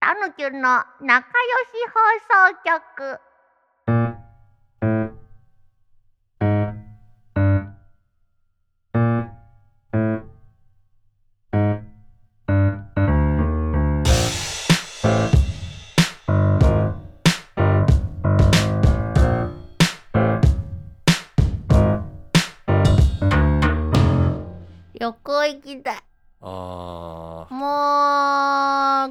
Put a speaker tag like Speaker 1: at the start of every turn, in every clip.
Speaker 1: あのきゅんの仲良し放送局旅行行きたい
Speaker 2: あー
Speaker 1: もう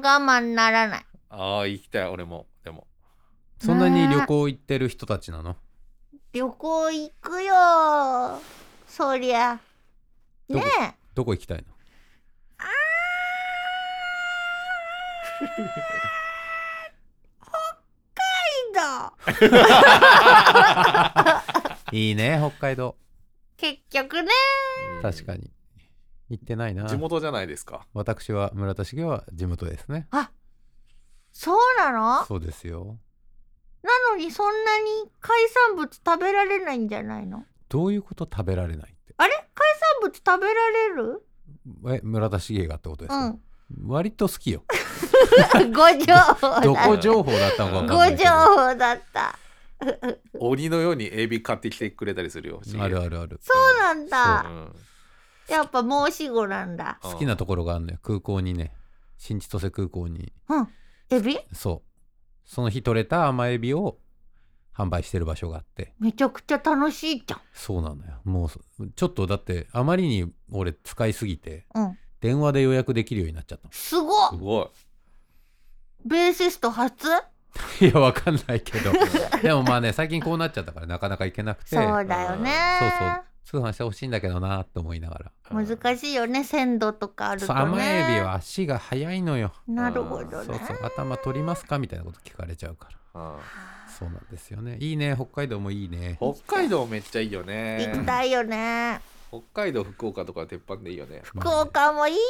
Speaker 1: 我慢ならない
Speaker 2: あー行きたい俺もでも
Speaker 3: そんなに旅
Speaker 1: ね
Speaker 3: 行行ってる人たちなの
Speaker 1: 旅行行くよそりゃ
Speaker 3: ど
Speaker 1: ね
Speaker 3: こどこ行きたいの
Speaker 1: えだ
Speaker 3: いいね北海道
Speaker 1: 結局ね
Speaker 3: 確か
Speaker 2: に
Speaker 3: に行ってないな
Speaker 2: 地元じゃないですか
Speaker 3: 私は村田茂は地元ですね
Speaker 1: そうなの
Speaker 3: そうですよ
Speaker 1: なのにそんなに海産物食べられないんじゃないの
Speaker 3: どういうこと食べられないって
Speaker 1: あれ海産物食べられる
Speaker 3: え村田茂がってことです
Speaker 1: う
Speaker 3: か、
Speaker 1: ん
Speaker 3: 割と好きよ
Speaker 1: ご情報
Speaker 3: ど
Speaker 1: だ
Speaker 3: こ情報だったのかわか
Speaker 1: ご
Speaker 3: んないけ
Speaker 1: 情
Speaker 3: ど
Speaker 1: 報だった
Speaker 2: 鬼のようにエビ買ってきてくれたりするよ
Speaker 3: あるあるある
Speaker 1: そうなんだ
Speaker 2: うん
Speaker 1: やっぱ申し子なんだ
Speaker 3: 好きなところがあるのよ空港にね新千歳空港に
Speaker 1: うんエビ
Speaker 3: そうその日取れた甘エビを販売してる場所があって
Speaker 1: めちゃくちゃ楽しいじ
Speaker 3: そうなのよもうそちょっとだってあまりに俺使いすぎて
Speaker 1: ゃんうん
Speaker 3: 電話で予約できるようになっちゃった
Speaker 1: すごっ
Speaker 2: すごい
Speaker 1: ベーシスト初
Speaker 3: いや、わかんないけど。 でもまあね、最近こうなっちゃったから、なかなか行けなくて。
Speaker 1: そうだよね
Speaker 3: そうそう。通販してほしいんだけどなーって思いながら。
Speaker 1: 難しいよね鮮度とかあると
Speaker 3: そ
Speaker 1: ね
Speaker 3: う甘エビは足が早いのよ。
Speaker 1: なるほど
Speaker 3: そう
Speaker 1: ね
Speaker 3: そう。頭取りますかみたいなこと聞かれちゃうか
Speaker 2: うん
Speaker 3: ら。そうなんですよね。いいね。北海道もいいね。
Speaker 2: 北海道めっちゃいいよね
Speaker 1: 行きたいよね
Speaker 2: 北海道福岡とか鉄板でいいよね
Speaker 1: 福岡もいいよ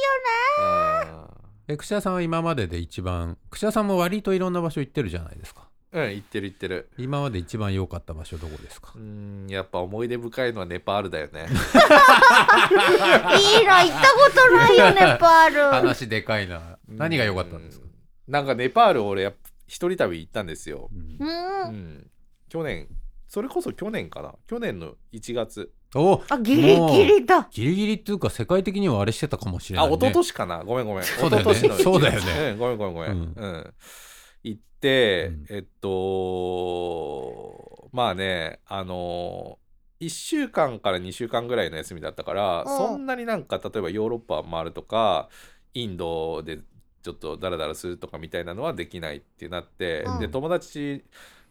Speaker 3: え、串屋さんは今までで一番、串屋さんも割といろんな場所行ってるじゃないですか。
Speaker 2: うんうん行ってる行ってる
Speaker 3: 今まで一番良かった場所どこですか
Speaker 2: うんやっぱ思い出深いのはネパールだよ ね
Speaker 1: ねいいな行ったことないよ ネパール
Speaker 3: 話でかいな。何が良かったんですか
Speaker 2: うなんかネパール俺やっぱ一人旅行ったんですよ
Speaker 3: うん
Speaker 1: うん、
Speaker 2: うん去年それこそ去年かな去年の1月
Speaker 3: お
Speaker 1: あギリギリだ
Speaker 3: ギリギリっていうか世界的にはあれしてたかもしれな
Speaker 2: あ
Speaker 3: い、ね。
Speaker 2: 一昨年かなごめんごめん
Speaker 3: そうだよね
Speaker 2: 一昨年の
Speaker 3: そうだよね
Speaker 2: うんごめんごめんごめん、
Speaker 3: う
Speaker 2: うんん行って、
Speaker 3: うん
Speaker 2: えっとまあねあの1週間から2週間ぐらいの休みだったから、
Speaker 1: うん
Speaker 2: そんなになんか例えばヨーロッパ回るとかインドでちょっとダラダラするとかみたいなのはできないってなって、
Speaker 1: うん
Speaker 2: で友達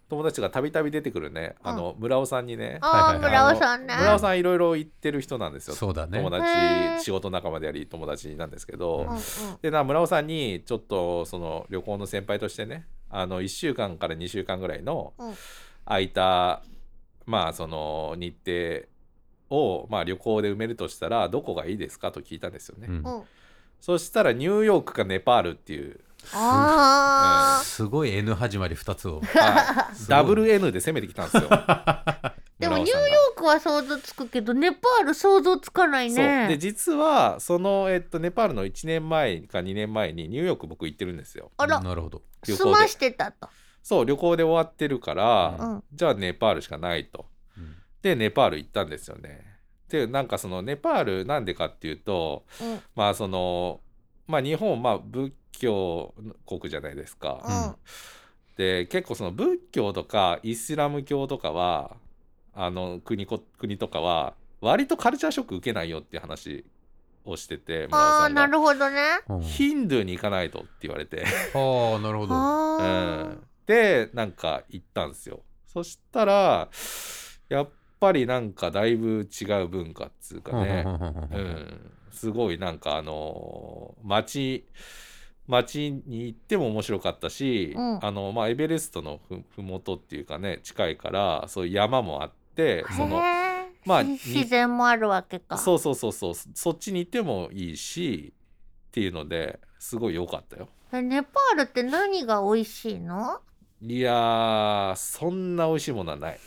Speaker 2: 友達がたびたび出てくるねあの、村尾さんにね
Speaker 1: あー、
Speaker 3: はいはいはい
Speaker 1: 村尾さんね
Speaker 2: あの村尾さんいろいろ行ってる人なんですよ
Speaker 3: そうだね。
Speaker 2: 友
Speaker 1: へー
Speaker 2: 達仕事仲間であり友達なんですけど、
Speaker 1: うんうん
Speaker 2: でな村尾さんにちょっとその旅行の先輩としてねあの1週間から2週間ぐらいの
Speaker 1: うん
Speaker 2: 空いた、まあその日程を、まあ、旅行で埋めるとしたらどこがいいですかと聞いたんですよね、
Speaker 3: うん
Speaker 1: うん
Speaker 2: そしたらニューヨークかネパールっ ていう、
Speaker 1: あー
Speaker 3: すごい N 始まり2つを
Speaker 2: はい
Speaker 3: すごい
Speaker 2: ダブル N で攻めてきたん ですよ
Speaker 1: でも
Speaker 2: 村尾さんが
Speaker 1: ニューヨークは想像つくけどネパール想像つかない
Speaker 2: そうで
Speaker 1: ね
Speaker 2: 実はその、えっと、ネパールの1年前か2年前にニューヨーク僕行ってるんですよ
Speaker 1: あら
Speaker 3: なるほど
Speaker 2: 旅
Speaker 1: 済
Speaker 2: 行
Speaker 1: ま
Speaker 2: で
Speaker 1: してたと
Speaker 2: そう旅行で終わってるから、
Speaker 1: うん
Speaker 2: じゃあネパールしかないとでネパール行ったんですよねでなんかそのネパールなんでかっていうと
Speaker 1: うん
Speaker 2: まあそのまあ日本まあ仏教国じゃないですか、
Speaker 1: うん
Speaker 2: で結構その仏教とかイスラム教とかはあの国こ国とかは割とカルチャーショック受けないよっていう話をしてて村尾
Speaker 1: あ
Speaker 2: さ
Speaker 1: あ
Speaker 2: ん
Speaker 1: な
Speaker 2: が
Speaker 1: るほどね
Speaker 3: うんは
Speaker 2: ヒンドゥーに行かないとって言われて
Speaker 3: あなるほど
Speaker 2: う
Speaker 1: あ
Speaker 2: ん、でなんか行ったんですよそしたらやっぱりなんかだいぶ違う文化っつうかね、う
Speaker 3: うん
Speaker 2: ん、すごいなんかあのー街街に行っても面白かったし、
Speaker 1: うん
Speaker 2: あのまあ、エベレストのふふもとっていうかね近いからそういう山もあって
Speaker 1: あ
Speaker 2: その
Speaker 1: へえ
Speaker 2: まあ
Speaker 1: し自然もあるわけか
Speaker 2: そうそうそうそうそっちに行ってもいいしっていうのですごい良かったよ。
Speaker 1: えネパールって何が美味しいの
Speaker 2: いやーそんな美味しいものはない。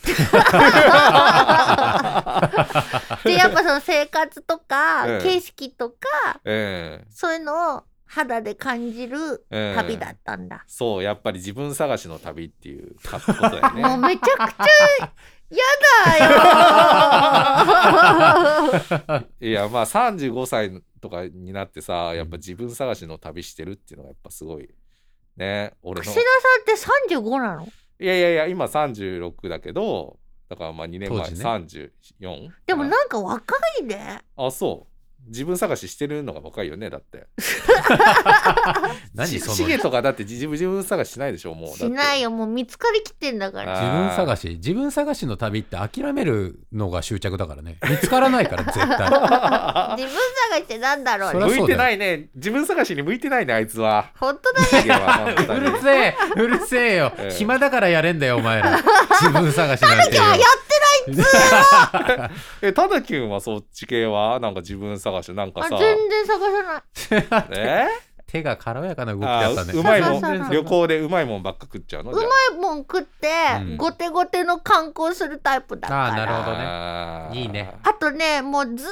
Speaker 1: でやっぱその生活とか、
Speaker 2: うん
Speaker 1: 景色とか
Speaker 2: ええ
Speaker 1: そういうのを肌で感じる
Speaker 2: うん
Speaker 1: 旅だったんだ。
Speaker 2: そうやっぱり自分探しの旅っていうかこと や
Speaker 1: もう
Speaker 2: ね
Speaker 1: めちゃくちゃ嫌だよ
Speaker 2: いやまあ35歳とかになってさやっぱ自分探しの旅してるっていうのがやっぱすごいね俺の
Speaker 1: 串田さんって35なの
Speaker 2: いやいやいや今36だけどだからまあ2年前
Speaker 3: 当時ね
Speaker 2: 34、
Speaker 1: でもなんか若いね。
Speaker 2: あそう自分探ししてるのが若いよねだって
Speaker 3: 何
Speaker 2: し
Speaker 3: その
Speaker 2: しげとかだって自分自分探ししないでしょもうだって
Speaker 1: し ないよもう見つかりきってんだから。
Speaker 2: あ
Speaker 3: 自分探し自分探しの旅って諦めるのが執着だからね見つからな いから絶対
Speaker 1: 自分探しってなんだろう
Speaker 3: そり
Speaker 1: ね。
Speaker 3: ゃ
Speaker 2: 向い
Speaker 3: そうだ
Speaker 2: て
Speaker 3: よ
Speaker 2: ないね自分探しに向いてないねあいつは
Speaker 1: 本当だよ。
Speaker 2: しげは本当
Speaker 3: う
Speaker 2: に
Speaker 3: るせえうるせえよ、
Speaker 2: ええ
Speaker 3: 暇だからやれんだよお前ら自分探 しなんて
Speaker 1: じゃあや
Speaker 2: えただきゅんはそっち系はなんか自分探しなんか
Speaker 1: っ
Speaker 2: さ
Speaker 1: あ全然探さない。
Speaker 2: え
Speaker 3: 手が軽やかな動きだったね
Speaker 2: あうまい
Speaker 1: もん
Speaker 3: 全然
Speaker 2: 旅行でうまいもんばっか食っちゃうのじゃ
Speaker 1: うまいもん食って、
Speaker 3: うん
Speaker 1: ゴテゴテの観光するタイプだから。
Speaker 3: あーなる
Speaker 2: あ
Speaker 3: ほどね
Speaker 2: あー
Speaker 3: いいね
Speaker 1: あとねもうずーっ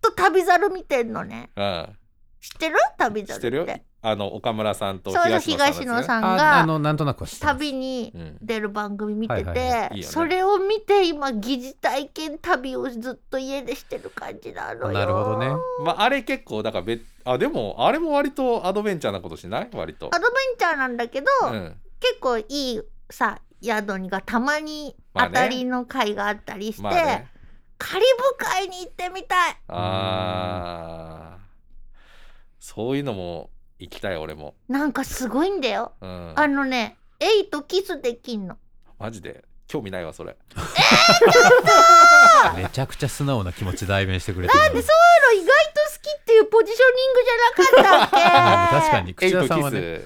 Speaker 1: と旅猿見てんのね。
Speaker 2: うん
Speaker 1: 知ってる旅
Speaker 2: 知
Speaker 1: 猿
Speaker 2: っ
Speaker 1: ってて。
Speaker 2: るよあの岡村さんと
Speaker 1: そうそう
Speaker 2: 東野
Speaker 1: 東野さ
Speaker 2: さんん
Speaker 1: ん
Speaker 3: ああ
Speaker 1: が
Speaker 3: のなんとなくは知ってます
Speaker 1: 旅に
Speaker 2: うん
Speaker 1: 出る番組見て
Speaker 3: はいはい
Speaker 2: いいよ
Speaker 1: て
Speaker 2: ね
Speaker 1: それを見て今疑似体験旅をずっと家でしてる感じなのよ。
Speaker 3: なるほどね
Speaker 2: まああれ結構だから別あでもあれも割とアドベンチャーなことしない割と
Speaker 1: アドベンチャーなんだけど、
Speaker 2: うん
Speaker 1: 結構いいさ宿にがたまに
Speaker 2: まあ
Speaker 1: 当
Speaker 2: ね
Speaker 1: たりの会があったりして、
Speaker 2: まあね
Speaker 1: カリブ海に行ってみたい
Speaker 2: あーそういうのも行きたい俺も、
Speaker 1: なんかすごいんだよ、
Speaker 2: うん、
Speaker 1: あのねエイとキスできんの
Speaker 2: マジで興味ないわそれ
Speaker 3: めちゃくちゃ素直な気持ち代弁してくれてる
Speaker 1: でそういうの意外と好きっていうポジショニングじゃなかった
Speaker 3: あ
Speaker 1: っ
Speaker 3: の
Speaker 1: け
Speaker 3: 確かに
Speaker 2: エイとキス
Speaker 3: 口田さんはね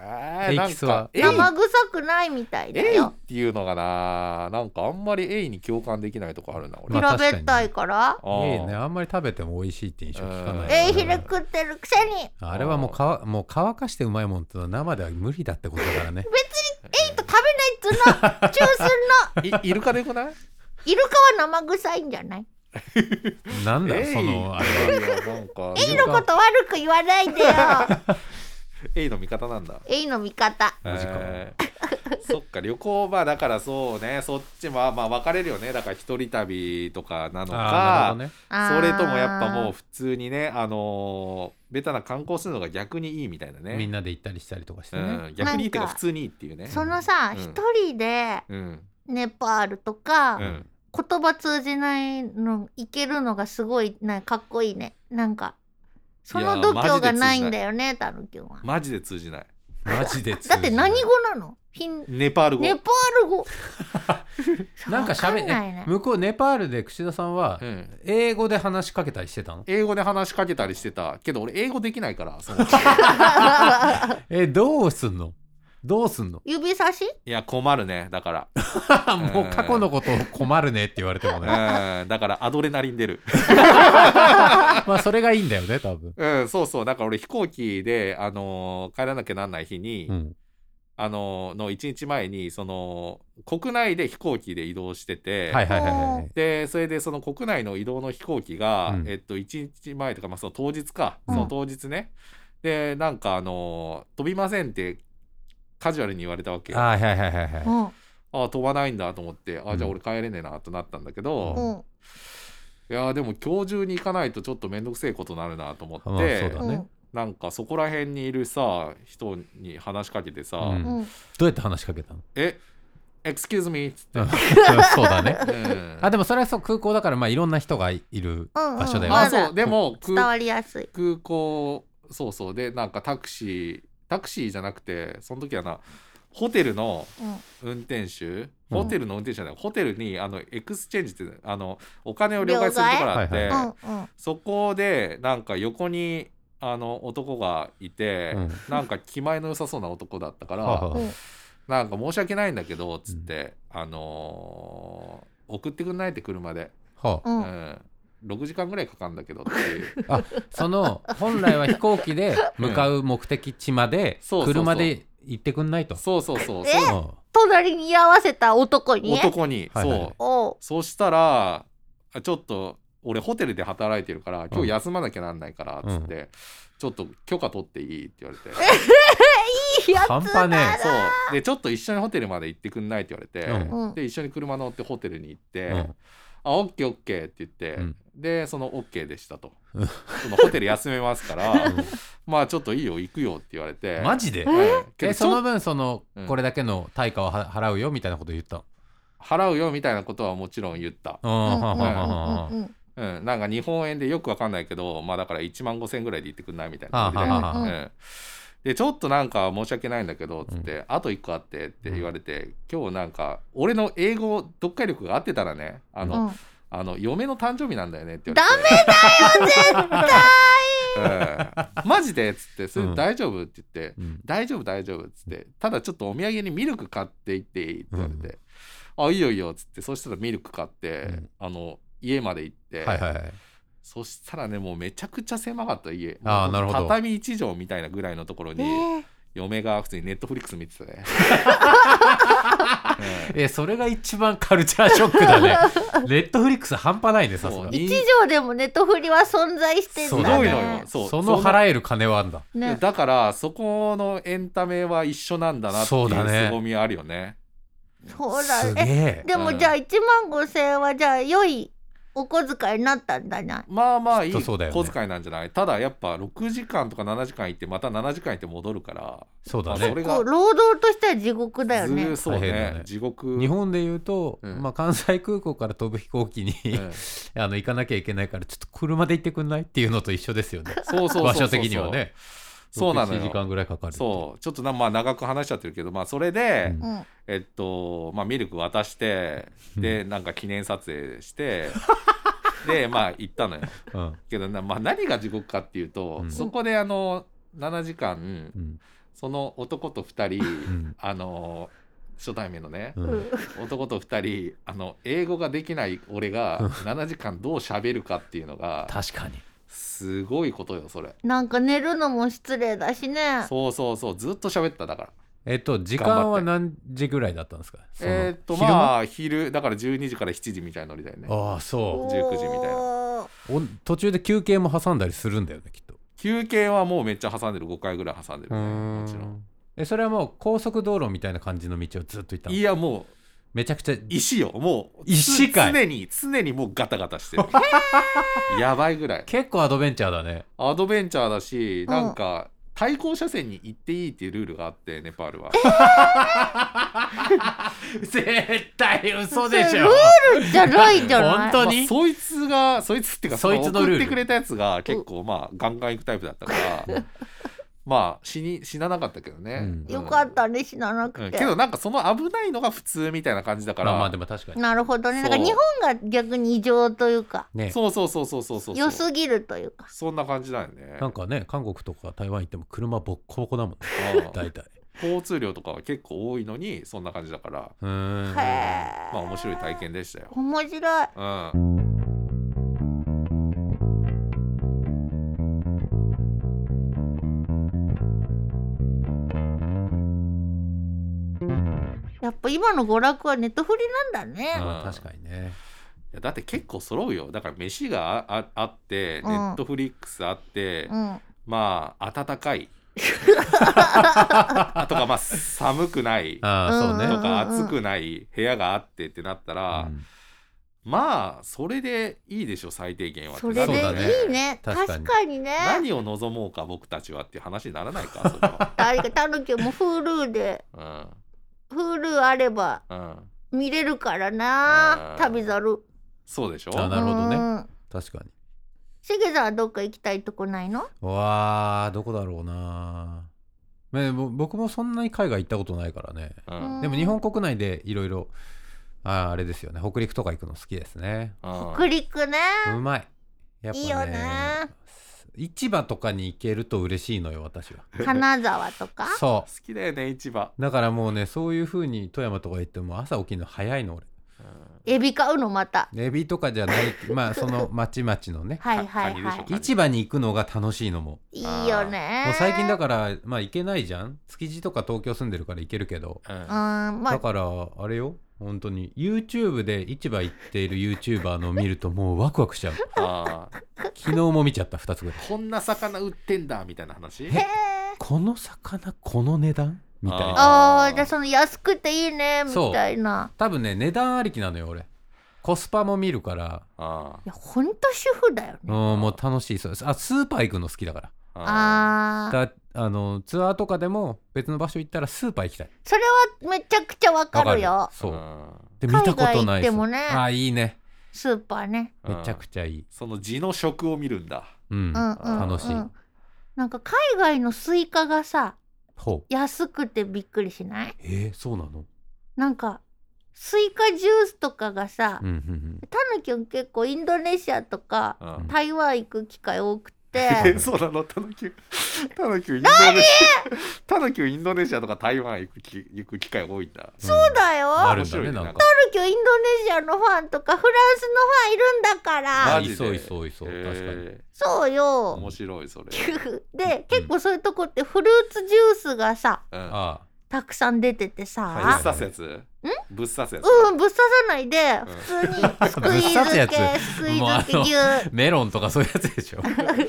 Speaker 2: あ
Speaker 3: エ
Speaker 2: ー
Speaker 3: イ
Speaker 2: なん
Speaker 3: キスは
Speaker 2: かエイ
Speaker 1: 生臭くないみたいだ
Speaker 2: エイっ
Speaker 1: よ
Speaker 2: ていうのがななんかあんまりエイに共感できないとこあるな俺、
Speaker 3: まあ
Speaker 1: 平べったいから、
Speaker 2: あー
Speaker 3: いいねあんまり食べても美味しいって印象聞かない
Speaker 1: エイヒレ食ってるくせにエ
Speaker 3: あれはもうかもう乾かしてうまいもんってのは生では無理だってことだから ね
Speaker 1: イと食べないっつうのチューすんの
Speaker 2: いイルカでよくない
Speaker 1: イルカは生臭いんじゃない
Speaker 3: なんだ
Speaker 2: エイ
Speaker 3: そのあれ
Speaker 2: いや
Speaker 3: は。
Speaker 2: なんか
Speaker 1: エイのこと悪く言わない でよ
Speaker 2: エイの味方なんだ
Speaker 1: エイの味方
Speaker 3: マジか
Speaker 2: えーそっか旅行まあだからそうねそっちもまあ分かれるよねだから一人旅とかなのか、
Speaker 3: あーなるほどね
Speaker 2: それともやっぱもう普通にねあのーベタな観光するのが逆にいいみたいなね
Speaker 3: みんなで行ったりしたりとかして
Speaker 2: う
Speaker 3: ね、
Speaker 2: ん、逆にいいってい
Speaker 1: なん
Speaker 2: うか
Speaker 1: か
Speaker 2: 普通にいいっていうね
Speaker 1: そのさ
Speaker 2: うん
Speaker 1: 一、人で
Speaker 2: うん
Speaker 1: ネパールとか、
Speaker 2: うん
Speaker 1: 言葉通じないのいけるのがすごいなかっこいいねなんかそ
Speaker 2: いや
Speaker 1: の度胸がないんだよねたぬきんは
Speaker 2: マジで通じない
Speaker 3: マジで通じ
Speaker 1: だ
Speaker 3: な
Speaker 1: っ
Speaker 3: い
Speaker 1: て何語なのフィン
Speaker 2: ネパール語、
Speaker 1: ネパール語
Speaker 3: なんかしゃべ
Speaker 1: わんないね
Speaker 3: 向こうネパールで櫛田さんは
Speaker 2: うん
Speaker 3: 英語で話しかけたりしてたの
Speaker 2: 英語で話しかけたりしてたけど俺英語できないから その
Speaker 3: えどうすんのどうすんの
Speaker 1: 指差し
Speaker 2: いや困るねだから
Speaker 3: もう過去のことを困るねって言われてもね
Speaker 2: うんだからアドレナリン出る
Speaker 3: まあそれがいいんだよね多分、
Speaker 2: うん、そうそう。だから俺飛行機で、あのー帰らなきゃなんない日に、
Speaker 3: うん、
Speaker 2: あのーの1日前に、その、国内で飛行機で移動してて、
Speaker 3: はいはいはいはい
Speaker 2: で、それでその国内の移動の飛行機が、
Speaker 3: うん
Speaker 2: えっと、1日前とか、まあ、その当日か、
Speaker 1: うん
Speaker 2: その当日ね。で、なんか、あのー飛びませんって、カジュアルに言われたわけよ。あ
Speaker 3: あーはいはいはいはい
Speaker 1: うん
Speaker 2: あ、飛ばないんだと思って、あ
Speaker 3: うん
Speaker 2: じゃあ俺帰れねえなとなったんだけ
Speaker 1: う
Speaker 2: ど、
Speaker 1: ん
Speaker 2: いやー、でも今日中に行かないとちょっとめんどくせえことになるなと思って、
Speaker 3: まあそうだ
Speaker 1: う
Speaker 3: ね
Speaker 1: ん
Speaker 2: なんかそこら辺にいるさ人に話しかけてさ「
Speaker 3: うん
Speaker 1: うん
Speaker 3: どうやって話しかけたの
Speaker 2: え Excuse me」っつって、
Speaker 3: うん そうだね
Speaker 2: うん
Speaker 3: あでもそれはそう空港だからまあいろんな人がいる場所だよね、
Speaker 1: んん
Speaker 2: あ
Speaker 1: まだ
Speaker 2: そうでも
Speaker 1: 伝
Speaker 2: 空
Speaker 1: わりやすい
Speaker 2: 空港そうそうでなんかタクシータクシーじゃなくてその時はなホテルの
Speaker 1: うん
Speaker 2: 運転手
Speaker 3: うん
Speaker 2: ホテルの運転手じゃない、ホテルにあのエクスチェンジってあのお金を両替するところあって、
Speaker 3: 両替はい
Speaker 1: うんうん
Speaker 2: そこでなんか横にあの男がいて、
Speaker 3: うん
Speaker 2: なんか気前の良さそうな男だったから。
Speaker 3: はあはあ
Speaker 1: うん
Speaker 2: なんか申し訳ないんだけど、つって、あのー送ってくんないって車で、
Speaker 3: はあ
Speaker 1: う
Speaker 2: うんん、6時間ぐらいかかるんだけどって いう。
Speaker 3: あその本来は飛行機で向かう目的地まで
Speaker 2: そうそうそう
Speaker 3: 車で行ってくんないと。
Speaker 2: そうそうそう、
Speaker 1: え
Speaker 2: そう
Speaker 3: うん
Speaker 1: 隣に居合わせた男にね
Speaker 2: 男に、
Speaker 3: はいはい
Speaker 2: そう。
Speaker 1: おう
Speaker 2: そしたら、あちょっと、俺ホテルで働いてるから、今日休まなきゃなんないから、つって、ちょっと許可取っていいって言われて
Speaker 1: いや
Speaker 3: 半端ね
Speaker 2: そうでちょっと一緒にホテルまで行ってくんないって言われて、
Speaker 1: うん
Speaker 2: で一緒に車乗ってホテルに行って、
Speaker 3: え、うん、
Speaker 2: あオッケーオッケーって言って、
Speaker 3: うん
Speaker 2: でそのオッケーでしたと、
Speaker 3: うん
Speaker 2: そのホテル休めます からまあちょっといいよ行くよって言われて
Speaker 3: マジで
Speaker 1: え
Speaker 2: ええけど
Speaker 3: え
Speaker 2: ち
Speaker 3: そ
Speaker 2: ょ
Speaker 3: の分その
Speaker 2: うん
Speaker 3: これだけの対価をは払うよみたいなこと言った
Speaker 2: 払うよみたいなことはもちろん言った、
Speaker 3: のうん
Speaker 2: うん、なんか日本円でよくわかんないけどまあだから1万5千ぐらいで行ってくんないみたいな
Speaker 3: あ
Speaker 2: 感
Speaker 3: ー
Speaker 2: じで
Speaker 3: は
Speaker 1: ん
Speaker 3: はは
Speaker 1: う
Speaker 2: う
Speaker 3: は
Speaker 2: ん、でちょっとなんか申し訳ないんだけどっつって、あと1個あってって言われて、今日なんか俺の英語読解力が合ってたらねあの、
Speaker 1: うん
Speaker 2: あの嫁の誕生日なんだよねって言われてダメだよ絶対、うんマジでっつってそれ
Speaker 3: うん
Speaker 2: 大丈夫って言って、
Speaker 3: うん
Speaker 2: 大丈夫大丈夫っつってただちょっとお土産にミルク買っていっていいって言われて、あいいよいいよっつってそしたらミルク買って、
Speaker 3: うん
Speaker 2: あの家まで行って、
Speaker 3: はいはいはい
Speaker 2: そしたらねもうめちゃくちゃ狭かった家
Speaker 3: あーなるほど
Speaker 2: 畳1畳みたいなぐらいのところに、
Speaker 1: え
Speaker 2: 嫁が普通にネットフリックス見てた ね。
Speaker 3: えそれが一番カルチャーショック だねネットフリックス半端ないねさす
Speaker 2: そう
Speaker 3: が
Speaker 2: に
Speaker 1: 一条でもネトフリは存在してんだ
Speaker 3: そう
Speaker 2: す
Speaker 3: だ
Speaker 2: ごい
Speaker 3: ね
Speaker 2: のよ。
Speaker 1: ね
Speaker 2: そう
Speaker 3: その払える金はあんだ
Speaker 2: いや
Speaker 1: ね
Speaker 2: だからそこのエンタメは一緒なんだなってい
Speaker 3: そう
Speaker 2: う
Speaker 3: だね
Speaker 2: 凄みはあるよね。
Speaker 1: そうだ
Speaker 3: すげ
Speaker 1: え
Speaker 3: え
Speaker 1: でもじゃあ1万5千円はじゃあ良いお小遣いになったんだな
Speaker 2: まあまあいい
Speaker 3: きっとそうだよね
Speaker 2: 小遣いなんじゃない、ただやっぱ6時間とか7時間行ってまた7時間行って戻るから
Speaker 3: そうだ
Speaker 2: まあそ
Speaker 3: ね
Speaker 2: れが
Speaker 1: こう労働としては地獄だよ
Speaker 2: ず
Speaker 1: ね
Speaker 2: るそう
Speaker 3: 大変だ
Speaker 2: ね
Speaker 3: ね
Speaker 2: 地獄
Speaker 3: 日本で言うと、
Speaker 2: うん
Speaker 3: まあ、関西空港から飛ぶ飛行機に、
Speaker 2: うん
Speaker 3: あの行かなきゃいけないからちょっと車で行ってくんないっていうのと一緒ですよね
Speaker 2: そうそうそうそう
Speaker 3: 場所的にはね
Speaker 2: そうなの
Speaker 3: 6 7時間
Speaker 2: よ
Speaker 3: ぐらいかかるってい
Speaker 2: そうちょっとなまあ長く話しちゃってるけどまあそれで、
Speaker 3: うん
Speaker 1: うん
Speaker 2: えっとまあミルク渡してでなんか記念撮影して でまあ行ったのよ
Speaker 3: う、うん
Speaker 2: けどな、まあ、何が地獄かっていうと、
Speaker 3: うん
Speaker 2: そこであの7時間
Speaker 3: うん
Speaker 2: その男と2人、
Speaker 3: ん
Speaker 2: あの初対面のね、
Speaker 3: うん
Speaker 1: うん
Speaker 2: 男と2人あの英語ができない俺が7時間どう喋るかっていうのが
Speaker 3: 確かに
Speaker 2: すごいことよそれ
Speaker 1: なんか寝るのも失礼だしね
Speaker 2: そうそうそうずっと喋っただから
Speaker 3: えっと時間は何時ぐらいだったんですかその
Speaker 2: えーっと
Speaker 3: 昼間
Speaker 2: まあ昼だから12時から7時みたいなノリだよね
Speaker 3: ああそ
Speaker 2: 19時みたいな
Speaker 1: な
Speaker 3: うお途中で休憩も挟んだりするんだよねきっと
Speaker 2: 休憩はもうめっちゃ挟んでる5回ぐらい挟んでるねもちろん
Speaker 3: えそれはもう高速道路みたいな感じの道をずっと行ったの
Speaker 2: いやもう
Speaker 3: めちゃくちゃ
Speaker 2: 石よもう
Speaker 3: 石かい
Speaker 2: つ常に常にもうガタガタ してるやばいぐらい
Speaker 3: 結構アドベンチャーだね
Speaker 2: アドベンチャーだし
Speaker 1: うん
Speaker 2: なんか対向車線に行っていいっていうルールがあってネパールは
Speaker 3: 絶対嘘
Speaker 1: でしょじゃないじゃ ない
Speaker 3: 本当
Speaker 2: まあ
Speaker 3: に
Speaker 2: そいつがそいつっていうか
Speaker 3: そいつのルール
Speaker 2: 送ってくれたやつが結構まあガンガン行くタイプだった からまあ死に死ななかったけどね、
Speaker 3: うん
Speaker 1: よかったね死なな
Speaker 2: う
Speaker 1: く
Speaker 2: ん
Speaker 1: て、
Speaker 2: けどなんかその危ないのが普通みたいな感じだから、
Speaker 3: まあまあでも確かに
Speaker 1: なるほどね
Speaker 2: そ
Speaker 1: な
Speaker 2: うん
Speaker 1: か日本が逆に異常というか
Speaker 3: ね
Speaker 2: そうそうそうそうそうそう
Speaker 1: 良すぎるというか
Speaker 2: そんな感じだよね
Speaker 3: なんかね韓国とか台湾行っても車ボッコボコだもんね
Speaker 2: うん
Speaker 3: 大体
Speaker 2: 交通量とかは結構多いのにそんな感じだから
Speaker 3: う
Speaker 1: へ
Speaker 3: ーん
Speaker 1: え
Speaker 2: まあ面白い体験でしたよ。
Speaker 1: 面白い
Speaker 2: うん、
Speaker 1: やっぱ今の娯楽はネットフリなんだね
Speaker 3: あー確かにね
Speaker 2: いやだって結構揃うよだから飯があああって
Speaker 1: うん
Speaker 2: ネットフリックスあって、
Speaker 1: うん
Speaker 2: まあ暖か いとかまあ寒くないと
Speaker 3: ああそうね
Speaker 1: うんうん
Speaker 2: か暑くない部屋があってってなったら、
Speaker 3: うん
Speaker 2: まあそれでいいでしょ最低限はって
Speaker 1: そ
Speaker 2: な
Speaker 1: れ
Speaker 2: る
Speaker 1: で
Speaker 3: そうだね
Speaker 1: いいね
Speaker 3: 確か
Speaker 1: 確
Speaker 3: に
Speaker 1: かにね
Speaker 2: 何を望もうか僕たちはっていう話にならない かそれは
Speaker 1: 誰かたぬきも Hulu で Hulu あれば
Speaker 2: うんうん
Speaker 1: 見れるからな
Speaker 2: うん
Speaker 1: 旅猿
Speaker 2: そうでしょ
Speaker 3: あなるほどね
Speaker 1: うん
Speaker 3: 確かに
Speaker 1: しげさんはどっか行きたいとこないの
Speaker 3: うわあどこだろうなねぼ僕もそんなに海外行ったことないからね
Speaker 2: うん
Speaker 1: うん
Speaker 3: でも日本国内でいろいろあーあれですよね北陸とか行くの好きですね
Speaker 2: うん
Speaker 1: 北陸ね
Speaker 3: うまいやっぱね
Speaker 1: いいよ ね
Speaker 3: 市場とかに行けると嬉しいのよ私は
Speaker 1: 金沢とか
Speaker 2: 好
Speaker 3: そ
Speaker 2: きだよね市場、
Speaker 3: うだからもうねそういう風に富山とか行っても朝起きるの早いの俺
Speaker 2: うん
Speaker 1: エビ買うのまた
Speaker 3: エビとかじゃない まあそのまちまちのね
Speaker 1: はいはいは
Speaker 2: カニでしょ
Speaker 3: 市場に行くのが楽しいのも
Speaker 1: いいいよね
Speaker 3: もう最近だ
Speaker 1: か
Speaker 3: からまあ行けないじゃん築地とか東京住んでるから行けるけど
Speaker 2: うん
Speaker 1: うんま
Speaker 3: だ
Speaker 1: あ
Speaker 3: からあれよ本当に YouTube で市場行っている YouTuber のを見るともうワクワクし ちゃう
Speaker 2: あー
Speaker 3: 昨日も見ちゃった2つぐらい
Speaker 2: こんな魚売ってんだみたいな話
Speaker 1: へえ
Speaker 3: この魚この値段みたいな
Speaker 2: ー
Speaker 1: あーじゃあその安くていいねみたいな
Speaker 3: 多分ね値段ありきなのよ俺コスパも見るから
Speaker 2: あ
Speaker 1: いやほんと主婦だよ
Speaker 3: うん
Speaker 1: ね
Speaker 3: もう楽しいそうあスーパー行くの好きだから
Speaker 2: ーあ
Speaker 1: あー
Speaker 3: だあのツアーとかでも別の場所行ったらスーパー行きたい
Speaker 1: それはめちゃくちゃわかるよ
Speaker 2: ー
Speaker 3: そううんで見
Speaker 1: 海
Speaker 3: たこと
Speaker 1: 外行っ
Speaker 3: ない
Speaker 1: て
Speaker 3: で
Speaker 1: もね
Speaker 3: あーいいね
Speaker 1: スーパーね
Speaker 3: めちゃくちゃいい
Speaker 2: その地の食を見るんだ
Speaker 3: う
Speaker 1: うん
Speaker 3: ん、
Speaker 1: うんうん
Speaker 3: 楽しい
Speaker 1: なんか海外のスイカがさ
Speaker 3: ほう
Speaker 1: 安くてびっくりしない
Speaker 3: えー、そうなの
Speaker 1: なんかスイカジュースとかがさ、
Speaker 3: うんうん
Speaker 1: タヌキュン結構インドネシアとか
Speaker 2: う
Speaker 3: うん
Speaker 2: ん
Speaker 1: 台湾行く機会多く
Speaker 2: え
Speaker 1: て
Speaker 2: そうなのタヌキュンタヌキュンインドネシアタヌキュンインドネシアとか台湾行くき行く機会多いんだ
Speaker 3: そう
Speaker 1: そうだよ
Speaker 3: あ
Speaker 1: タ
Speaker 3: るんだね
Speaker 2: 面白いね
Speaker 3: なんか
Speaker 1: ヌキュンインドネシアのファンとかフランスのファンいるんだか
Speaker 3: あ
Speaker 1: ら
Speaker 2: マジで
Speaker 3: いそういそういそう確かに
Speaker 2: え
Speaker 1: そう
Speaker 2: ー
Speaker 1: よ
Speaker 2: 面白いそ れ
Speaker 1: で結構そういうとこってフルーツジュースがさ
Speaker 2: うん
Speaker 3: あ
Speaker 1: たくさん出ててさ、
Speaker 2: ぶっ
Speaker 3: はい
Speaker 2: 刺すやつぶっ刺すやつ
Speaker 1: うんぶっ刺さないで普通 にスクイー
Speaker 3: ぶっ刺
Speaker 1: ズ
Speaker 3: すやつ
Speaker 1: 系スイ
Speaker 3: もうあ
Speaker 1: ーズ系
Speaker 3: の
Speaker 1: 牛
Speaker 3: あメロンとかそういうやつでし ょ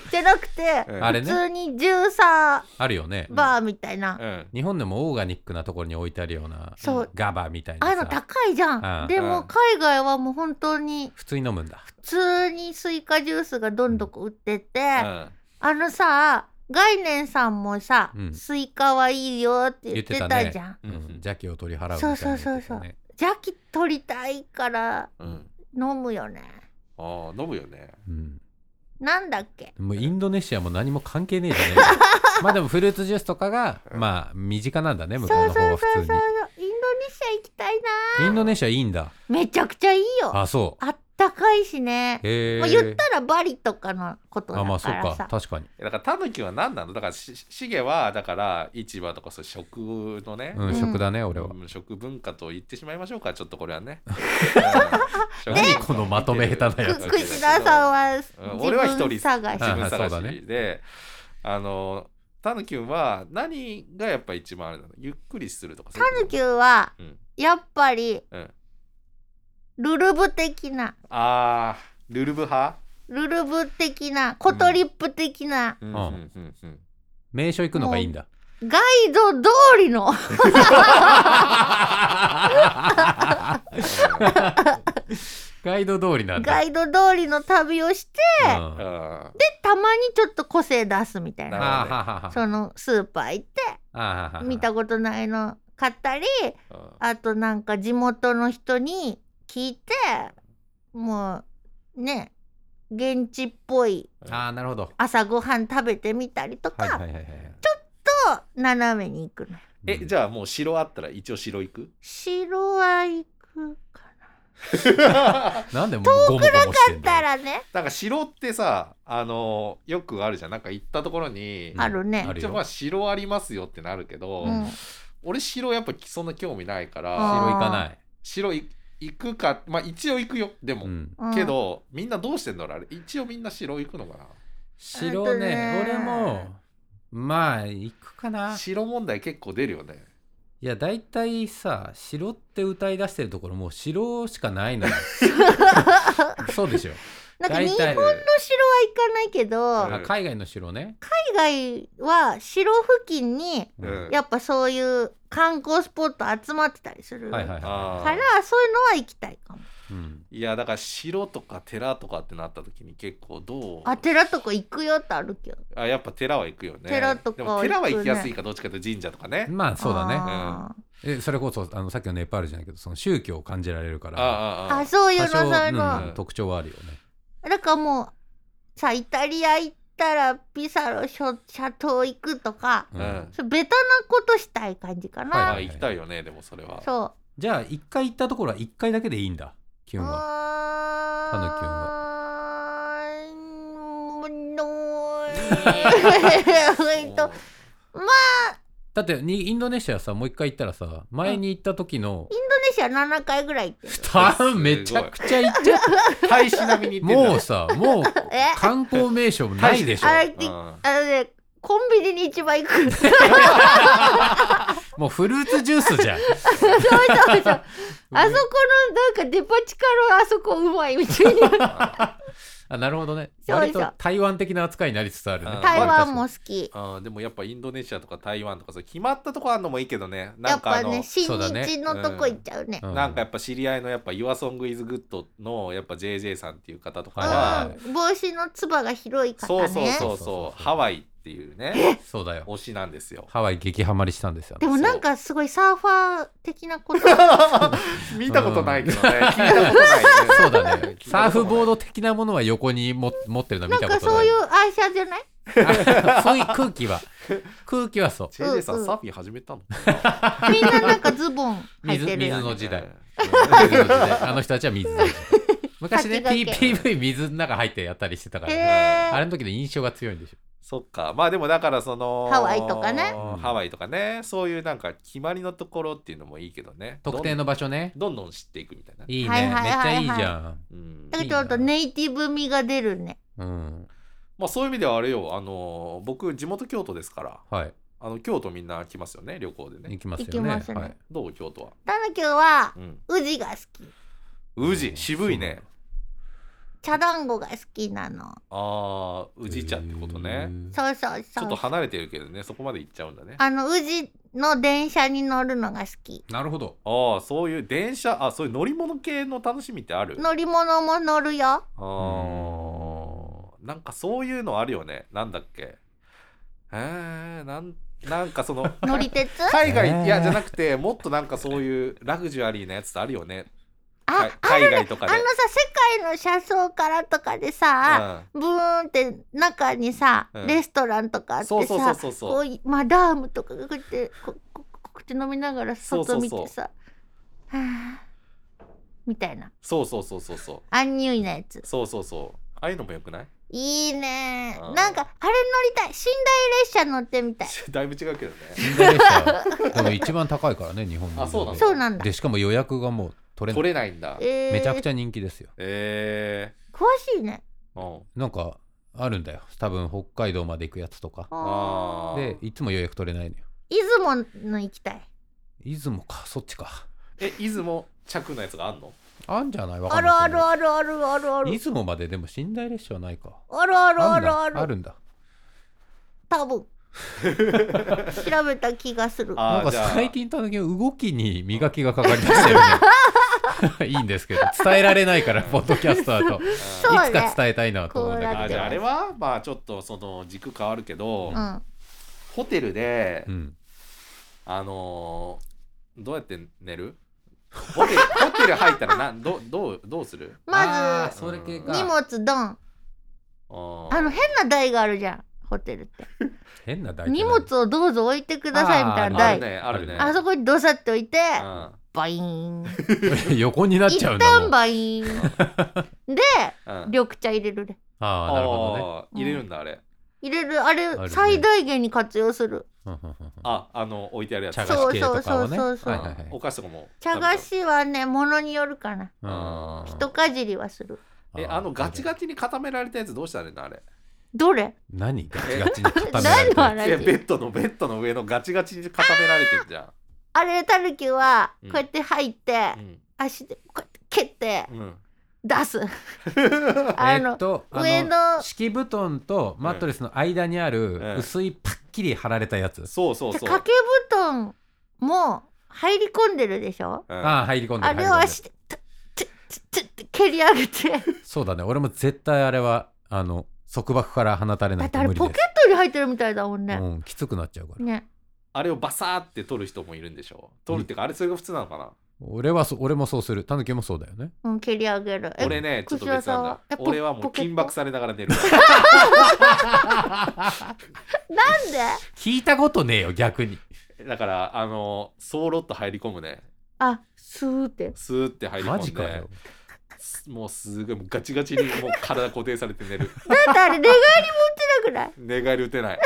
Speaker 1: じゃなくて
Speaker 2: うん
Speaker 3: あ
Speaker 1: 普
Speaker 3: れね
Speaker 1: 通にジューサ
Speaker 3: あるよね
Speaker 1: ーバーみたいな、
Speaker 2: うん
Speaker 3: 日本でもオーガニックなところに置いてあるような
Speaker 1: そう
Speaker 3: ガバみたい
Speaker 1: あ
Speaker 3: な
Speaker 1: あいうの
Speaker 3: さ
Speaker 1: 高いじゃ
Speaker 3: うんん
Speaker 1: でも
Speaker 2: うん
Speaker 1: 海外はもう本当に
Speaker 3: 普通に飲むんだ
Speaker 1: 普通にスイカジュースがどんどこ売ってて、
Speaker 2: うん
Speaker 1: あのさ概念さんもさ、
Speaker 3: うん
Speaker 1: スイカはいいよって言
Speaker 3: 言
Speaker 1: っ
Speaker 3: ってて
Speaker 1: た
Speaker 3: たね
Speaker 1: じゃん、
Speaker 2: う
Speaker 3: うんん邪気を取り払うみたいな
Speaker 1: そうそうそうそう
Speaker 3: やつだね
Speaker 1: 邪気取りたいから
Speaker 2: うん
Speaker 1: 飲むよね
Speaker 2: あー飲むよね
Speaker 3: うん
Speaker 1: なんだっけ
Speaker 3: もうインドネシアも何も関係ねえじゃね えまあでもフルーツジュースとかがまあ身近なんだね
Speaker 1: そ
Speaker 3: 向
Speaker 1: う
Speaker 3: こ
Speaker 1: そうう
Speaker 3: の
Speaker 1: そ
Speaker 3: 方
Speaker 1: う
Speaker 3: は普
Speaker 1: そうそうイン
Speaker 3: 通
Speaker 1: ドネシア行きたいな
Speaker 3: にインドネシアいいんだ
Speaker 1: めちゃくちゃいいよあ
Speaker 3: あそう
Speaker 1: ったかいしね、
Speaker 3: へえ
Speaker 1: まあ、言ったらバリとかのことだ
Speaker 3: あまあそ
Speaker 1: か
Speaker 3: う
Speaker 1: らさ
Speaker 3: か確かに
Speaker 2: だからタヌキは何なのだからしシゲはだから市場とかそういう食のね、
Speaker 3: う
Speaker 1: うん
Speaker 3: ん食だね俺は
Speaker 2: うん食文化と言ってしまいましょうかちょっとこれは ね
Speaker 3: 何このまとめ下手なや
Speaker 1: く
Speaker 3: つ
Speaker 1: くしださんは
Speaker 2: うん俺は一
Speaker 1: 自分
Speaker 2: 人
Speaker 1: 探し
Speaker 2: 自分
Speaker 3: あ
Speaker 2: 探
Speaker 3: あそうだ
Speaker 2: し
Speaker 3: ね
Speaker 2: で、あのタヌキュンは何がやっぱ一番あれなのゆっくりするとかタ
Speaker 1: タヌキューは
Speaker 2: ン、うん
Speaker 1: やっぱり
Speaker 2: うん、
Speaker 1: ルルブ的な
Speaker 2: あールルブ派、
Speaker 1: ルルブ的なコトリップ的な
Speaker 2: うん
Speaker 3: ん
Speaker 2: うんうんうん、
Speaker 3: 名所行くのがいいんだ
Speaker 1: ガイド通りの
Speaker 3: ガイド通りなんだ
Speaker 1: ガイド通りの旅をして
Speaker 3: うん
Speaker 2: うん
Speaker 3: は
Speaker 1: たまにちょっと個性出すみたい
Speaker 3: あ
Speaker 1: な
Speaker 2: な
Speaker 3: はあは
Speaker 1: そのスーパー行って
Speaker 3: あはあはあ
Speaker 1: 見たことないの買ったり
Speaker 2: うん
Speaker 1: あとなんか地元の人に聞いてもうね現地っぽい
Speaker 3: ああなるほど
Speaker 1: 朝ごはん食べてみたりとか、
Speaker 3: はいはいはいはい
Speaker 1: と斜めに行くのよ
Speaker 2: えじゃあもう城あったら一応城行く
Speaker 1: 城は行くか
Speaker 2: な
Speaker 3: なんでもうゴモゴモして
Speaker 1: な
Speaker 3: ん
Speaker 1: た
Speaker 3: だ
Speaker 1: ら
Speaker 3: よ
Speaker 1: ね
Speaker 2: んか城ってさあのよくあるじゃんなんか行ったところに
Speaker 1: あるね
Speaker 3: ある
Speaker 2: 一応
Speaker 3: よ
Speaker 2: まあ城ありますよってなるけど、
Speaker 1: うん
Speaker 2: 俺城やっぱそんな興味ないか
Speaker 1: あー
Speaker 2: ら
Speaker 3: 白行かない
Speaker 2: 城い行くかまあ一応行くよでも、
Speaker 3: うん
Speaker 1: うん
Speaker 2: けどみんなどうしてんだろうあれ一応みんな城行くのか
Speaker 3: 白ね
Speaker 1: あとね
Speaker 3: 俺もまあ行くかな
Speaker 2: な城問題結構出るよね
Speaker 3: いや大体さ城って歌い出してるところもう城しかないのよそうでしょ
Speaker 1: なんか日
Speaker 3: 大
Speaker 1: 本の
Speaker 3: 体
Speaker 1: 城は行かないけど
Speaker 2: うん
Speaker 3: あ海外の城ね
Speaker 1: 海外は城付近に
Speaker 2: うん
Speaker 1: やっぱそういう観光スポット集まってたりするか
Speaker 3: は
Speaker 1: ら
Speaker 3: いはい
Speaker 2: あ
Speaker 3: は
Speaker 2: ー
Speaker 1: そういうのは行きたいかも。
Speaker 3: い、うん、
Speaker 2: いやだから城とか寺とかってなった時に結構どう
Speaker 1: あ寺とか行くよってあるけど。
Speaker 2: あやっぱ寺は行くよね
Speaker 1: 寺とか
Speaker 2: でも寺は
Speaker 1: 行
Speaker 2: 行
Speaker 1: くね
Speaker 2: きやすいかどっちかというと神社とかね
Speaker 3: まあそうだね
Speaker 1: あ
Speaker 3: えそれこそあのさっきのネパールじゃないけどその宗教を感じられるか
Speaker 2: あ
Speaker 3: ら
Speaker 1: ー
Speaker 2: あああ
Speaker 1: あそういう
Speaker 3: 多
Speaker 1: のそう
Speaker 3: 少
Speaker 1: いうの。
Speaker 3: うん特徴はあるよね
Speaker 1: だからもうさイタリア行ったらピサロショシャトー行くとか、
Speaker 3: う
Speaker 2: うん
Speaker 3: ん
Speaker 1: そうベタなことしたい感じかな。
Speaker 3: はい
Speaker 2: あ行きたいよねでもそれは
Speaker 1: そう。
Speaker 3: じゃあ一回行ったところは一回だけでいいんだ基
Speaker 1: うー
Speaker 3: 本は
Speaker 1: ん。
Speaker 3: タヌキは
Speaker 1: うーんのー えっと
Speaker 3: だってにインドネシアさもう一回行ったらさ前に行った時の
Speaker 1: インドネシ者7回ぐらい行ってる
Speaker 3: 多分めちゃくちゃ行っちゃう
Speaker 2: 大使並みに行ってんだ
Speaker 3: もうさもう
Speaker 1: え
Speaker 3: 観光名所もないでしょ
Speaker 1: あれ
Speaker 2: うん
Speaker 1: あのねコンビニに一番 行くそう
Speaker 3: もうフルーツジュースじゃん
Speaker 1: そうそうあそこのなんかデパ地下のあそこうまいみたい な
Speaker 3: あなるほどね
Speaker 1: そうで
Speaker 3: 割
Speaker 1: しょ
Speaker 3: と台湾的な扱いになりつつあるね
Speaker 2: うん
Speaker 1: 台湾も好き
Speaker 2: あーでもやっぱインドネシアとか台湾とかそう決まったとこあるのもいいけどねな
Speaker 1: や
Speaker 2: ん
Speaker 1: っ
Speaker 2: か
Speaker 1: ぱ
Speaker 2: あの、
Speaker 1: ね新
Speaker 3: そうだね
Speaker 1: 日のとこ行っちゃうね
Speaker 3: うん
Speaker 2: なんかやっぱ知り合いのやっぱ YourSongIsGood のやっぱ JJ さんっていう方とか
Speaker 3: うん
Speaker 2: は、
Speaker 3: はい
Speaker 1: うん帽子のつばが広い方
Speaker 2: そう
Speaker 1: ね
Speaker 2: そうそう
Speaker 3: そ
Speaker 2: そううハワイっていうね
Speaker 3: そうだよ
Speaker 2: 推しなんですよ
Speaker 3: ハワイ激ハマりしたんですよ
Speaker 1: でもなんかすごいサーファー的な ことそう
Speaker 2: 見たことないけどね聞いたことないね
Speaker 3: そうだね
Speaker 2: 聞い
Speaker 3: サ
Speaker 2: たことな
Speaker 3: ーフ
Speaker 2: い
Speaker 3: ボード的なものは横にも持ってるの見
Speaker 1: なん
Speaker 3: た
Speaker 1: か
Speaker 3: こと
Speaker 1: そ
Speaker 3: な
Speaker 1: う
Speaker 3: い
Speaker 1: いう愛車じゃない
Speaker 3: そういう空気は空気はそう
Speaker 2: JJ さ
Speaker 1: うんうんん
Speaker 2: サーフィン始めたの
Speaker 1: みんななんかズボン履いてるよ
Speaker 3: 水
Speaker 1: ね
Speaker 3: の時代
Speaker 2: うん
Speaker 3: 水の時代あの人たちは水の時代昔ね、
Speaker 1: 先
Speaker 3: P、
Speaker 1: 駆
Speaker 3: PV 水の中入ってやったりしてたから、
Speaker 1: へ
Speaker 3: ね、
Speaker 1: え
Speaker 3: あれの時の印象が強いんでしょ
Speaker 2: そっかまあでもだからその
Speaker 1: ハワイとかね
Speaker 2: うんハワイとかねそういうなんか決まりのところっていうのもいいけどね
Speaker 3: 特定の場所ね
Speaker 2: どんどんどん知っていくみたいない
Speaker 3: いね、
Speaker 1: はいはいはいはい
Speaker 3: めっちゃいいじゃん、
Speaker 2: うん
Speaker 1: だけどちょっとネイティブ味が出るね
Speaker 3: うん
Speaker 2: まあそういう意味ではあれよあの僕地元京都ですから
Speaker 3: はい
Speaker 2: あの京都みんな来ますよね旅行でね
Speaker 3: 行きますよね
Speaker 1: 行きますね
Speaker 3: はい、
Speaker 2: どう京都は
Speaker 1: たぬきは
Speaker 2: うん
Speaker 1: 宇治が好き
Speaker 2: 宇治渋いね
Speaker 1: 茶団子が好きなの
Speaker 2: あー宇治茶ってこと
Speaker 3: へ
Speaker 2: ね
Speaker 3: ー
Speaker 1: そうそう
Speaker 2: ちょ
Speaker 1: そ
Speaker 2: っ
Speaker 1: う
Speaker 2: と離れてるけどねそこまで行っちゃうんだねあ
Speaker 1: あの宇治の電車に乗るのが好き
Speaker 3: なるほど
Speaker 2: あーそういう電車あそういう乗り物系の楽しみってある
Speaker 1: 乗り物も乗るよ
Speaker 2: あーなんかそういうのあるよねなんだっけえー、なんなんかその
Speaker 1: 乗り鉄
Speaker 2: 海外、
Speaker 3: えー
Speaker 2: いやじゃなくてもっとなんかそういうラグジュアリーなやつってあるよね
Speaker 1: あ
Speaker 2: か海外とか
Speaker 1: あの
Speaker 2: で
Speaker 1: さ世界の車窓からとかでさ、ブーンって中にさ、
Speaker 2: うん
Speaker 1: レストランとかあってさ
Speaker 2: そうそうそうそうそう
Speaker 1: こういマダームとかがこうやってこここうやって飲みながら
Speaker 2: そう
Speaker 1: 外
Speaker 2: そうそ
Speaker 1: 見
Speaker 2: う
Speaker 1: てさはあみたいな
Speaker 2: そうそうそうそうそう
Speaker 1: アンニュイなやつ
Speaker 2: そうそうそうああいうのもよくない
Speaker 1: いいね
Speaker 2: うん
Speaker 1: なんかあれ乗りたい寝台列車乗ってみたい
Speaker 2: だいぶ違う けどね
Speaker 3: インドネシア でも一番高いからね日本の
Speaker 2: あそうなの
Speaker 1: そうなんだ
Speaker 3: でしかも予約がもう取れな
Speaker 2: 取
Speaker 3: い
Speaker 2: れないんだえ
Speaker 1: えー
Speaker 3: めちゃくちゃ人気ですよ
Speaker 2: え
Speaker 1: 詳しいね
Speaker 2: ー、うん
Speaker 3: なんかあるんだよ多分北海道まで行くやつとか
Speaker 1: あー
Speaker 2: ー
Speaker 3: でいつも予約取れないのよ
Speaker 1: 出雲の行きたい
Speaker 3: 出雲かそっちか
Speaker 2: え出雲着のやつがあんの
Speaker 3: あんじゃないわか
Speaker 1: あ
Speaker 3: んない
Speaker 1: る
Speaker 3: けど
Speaker 1: あるあるあるあるある
Speaker 3: 出雲まででも寝台列車はないか
Speaker 1: あるあるあ
Speaker 3: ん
Speaker 1: る
Speaker 3: だ
Speaker 1: ある
Speaker 3: あるんだ
Speaker 1: 多 分調べた気がする
Speaker 2: あ
Speaker 3: なん
Speaker 2: ー
Speaker 3: か
Speaker 2: じゃあ
Speaker 3: 最近たぬきの動きに磨きがかかりましたよ ねいいんですけど伝えられないからポッドキャスターといつ
Speaker 1: そうね
Speaker 3: か伝えたいなと思うんだ
Speaker 1: こ
Speaker 2: あ
Speaker 1: う
Speaker 3: け
Speaker 2: じゃ
Speaker 1: な
Speaker 2: ああ
Speaker 1: って
Speaker 2: れはまあちょっとその軸変わるけど、
Speaker 1: うん
Speaker 2: ホテルで、
Speaker 3: どうん
Speaker 2: あのーどうやって寝る ホテルホテル入ったらなどどうどうする
Speaker 1: ま
Speaker 3: あー
Speaker 1: ず
Speaker 3: それ系か
Speaker 1: 荷物ドン
Speaker 2: あー
Speaker 1: あの変な台があるじゃんホテルって
Speaker 3: 変な大体
Speaker 1: 荷物をどうぞ置いてくださいみたいな
Speaker 2: あ
Speaker 1: 台
Speaker 2: るねあるね
Speaker 1: あそこにどさって置いて
Speaker 2: うん
Speaker 1: バイーン
Speaker 3: 横になっちゃ
Speaker 1: 一
Speaker 3: うんだも
Speaker 1: 旦
Speaker 3: ん
Speaker 1: バイーン で
Speaker 2: うん
Speaker 1: 緑茶入れるね
Speaker 3: ああなるほどね
Speaker 2: あー入れるんだあれ
Speaker 1: 入れるあれ
Speaker 3: るね
Speaker 1: 最大限に活用する
Speaker 3: うんうんうんうん
Speaker 2: ああの置いてあるやつ
Speaker 3: 茶
Speaker 1: が
Speaker 3: 菓子系とか
Speaker 1: そうそう
Speaker 3: はね
Speaker 1: そうそう
Speaker 3: はいはいはい
Speaker 2: お菓子とかも
Speaker 1: 茶菓子はね物によるかな
Speaker 3: うん
Speaker 1: 一かじりはする
Speaker 2: えあのガチガチに固められたやつどうしたらいいのあれ
Speaker 1: どれ
Speaker 3: 何ガチガチに固められ
Speaker 1: 何の
Speaker 3: て
Speaker 2: い
Speaker 3: る
Speaker 2: やベ
Speaker 1: 話
Speaker 2: ッドのベッドの上のガチガチに固められてるじゃ
Speaker 1: あれたぬきは
Speaker 2: う
Speaker 1: こ
Speaker 2: ん
Speaker 1: うやって入って
Speaker 2: んうん
Speaker 1: 足でこうやって蹴って
Speaker 2: うん
Speaker 1: 出すあ
Speaker 3: えっ
Speaker 1: の
Speaker 3: とあ
Speaker 1: 上の
Speaker 3: 敷布団とマットレスの間にあ
Speaker 2: うん
Speaker 3: る薄いパッキリ貼られたやつ、
Speaker 2: そうそうそう
Speaker 1: 掛け布団も入り込んでるでしょ
Speaker 2: うん
Speaker 3: ああ入り込んで
Speaker 1: あ
Speaker 3: る
Speaker 1: れを
Speaker 3: 入り込んでる
Speaker 1: 足でトゥットゥットゥットゥッって蹴り上げ て
Speaker 3: そうだね俺も絶対あれはあの束縛から放たれ
Speaker 1: だ
Speaker 3: な
Speaker 1: っ
Speaker 3: い
Speaker 1: て
Speaker 3: と
Speaker 1: あれ
Speaker 3: 無理
Speaker 1: ポ
Speaker 3: で
Speaker 1: ケッ
Speaker 3: す
Speaker 1: トに入ってるみたいだもんね
Speaker 3: うん、きつくなっちゃうから
Speaker 1: ね
Speaker 2: あれをバサーって取る人もいるんでしょ取るっていうかあれそれが普通なのかな
Speaker 3: 俺はそ俺もそうするたぬきもそうだよね
Speaker 1: うん蹴り上げるえ
Speaker 2: 俺ねちょっ
Speaker 1: 串
Speaker 2: と
Speaker 1: 田
Speaker 2: 別
Speaker 1: さ
Speaker 2: なんん
Speaker 1: は
Speaker 2: だ
Speaker 1: えポ
Speaker 2: 俺はも
Speaker 1: ポ
Speaker 2: う
Speaker 1: ケット
Speaker 2: 緊縛されながら寝る
Speaker 1: なんで
Speaker 3: 聞いたことねえよ逆に
Speaker 2: だからあのそうろっと入り込むね
Speaker 1: あスーって
Speaker 2: スーって入り込ん
Speaker 3: マ
Speaker 2: で
Speaker 3: ジかよ
Speaker 2: もうすごいもうガチガチにもう体固定されて寝る
Speaker 1: だってあれ寝返りも打てなくない
Speaker 2: 寝返り打てない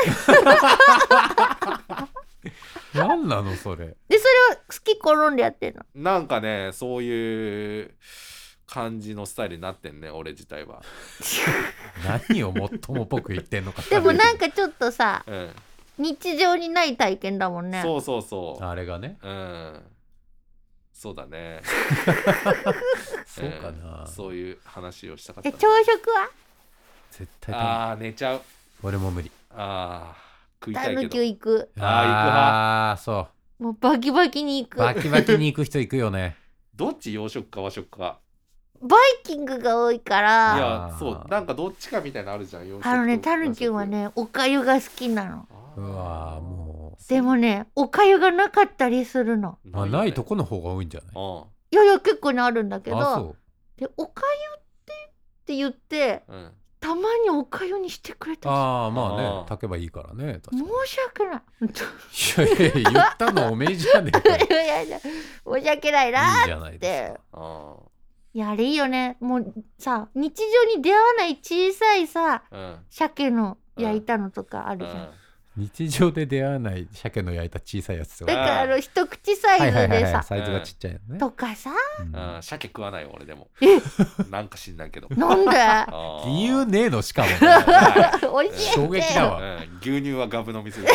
Speaker 3: 何なのそれ
Speaker 1: でそれをき転んでやってんの
Speaker 2: なんかねそういう感じのスタイルになってんね俺自体は、
Speaker 3: 何をもっともっぽく言ってんのか
Speaker 1: でもなん
Speaker 3: か
Speaker 1: かちょっとさ
Speaker 2: うん、
Speaker 1: 日常にない体験だもんね
Speaker 2: そうそうそう
Speaker 3: あれがね
Speaker 2: うんそうだね。
Speaker 3: そうかな、
Speaker 2: うんそういう話をしたかった
Speaker 1: え
Speaker 2: な。
Speaker 1: 朝食は
Speaker 3: 絶対頼む
Speaker 2: ああ、寝ちゃう。
Speaker 3: 俺も無理
Speaker 2: ああ、食いた
Speaker 1: タ
Speaker 2: い
Speaker 1: ヌ
Speaker 2: け
Speaker 1: キ
Speaker 2: ど。
Speaker 1: 行く
Speaker 2: あ
Speaker 3: あーそ
Speaker 1: もうバキバキに行
Speaker 3: う
Speaker 1: くバ
Speaker 3: バキバキに行く人行くよね
Speaker 2: どっち洋食か和食か。
Speaker 1: イキングが多いか
Speaker 2: い
Speaker 1: ら
Speaker 3: あ
Speaker 2: や
Speaker 3: ー、
Speaker 2: そう、なんかどっちかみたいなのあるじゃん。洋食と
Speaker 1: あのねタヌキは。ねおかゆが好きなの
Speaker 2: 和食
Speaker 3: うわーも
Speaker 1: でもねおかゆがなかったりするの
Speaker 2: う
Speaker 3: う、まあ、
Speaker 2: よね
Speaker 3: ないとこの方が多いんじゃない
Speaker 1: いやいや結構ねあるんだけ
Speaker 3: あ
Speaker 1: ど
Speaker 3: そ
Speaker 1: でおかゆってって言って
Speaker 2: うん。うん。
Speaker 1: たまにおかゆにしてくれ
Speaker 3: う
Speaker 1: たり
Speaker 3: ああまあね
Speaker 2: あー
Speaker 3: 炊けばいいからね確か
Speaker 1: する申し訳ない
Speaker 3: にいやいや言ったのおめえじゃねえかよい い
Speaker 1: いやいやいや申し訳ないなっ
Speaker 3: じゃないです
Speaker 1: て
Speaker 3: か
Speaker 2: あ
Speaker 1: いやあれいいよねもうさ日常に出会わない小さいさ
Speaker 2: あ。うん。
Speaker 1: 鮭の焼いたのとかあるじゃん、
Speaker 3: 日常で出会わない鮭の焼いた小さいやつと
Speaker 1: だ
Speaker 3: か
Speaker 1: からあの一口サ
Speaker 3: は
Speaker 1: イ
Speaker 3: い
Speaker 1: ズ
Speaker 3: はいはい
Speaker 1: で
Speaker 3: はい
Speaker 1: さ
Speaker 3: サイズがちっちゃいよね、
Speaker 1: とかさ
Speaker 3: うん
Speaker 2: うん。うん。鮭食わないよ俺でも。
Speaker 1: え
Speaker 2: なんか知んないけど。
Speaker 1: なん で
Speaker 2: あー
Speaker 3: 理由ねえのしか も
Speaker 1: 教えて
Speaker 3: 衝撃だわ
Speaker 2: うん牛乳はガブ飲 みする。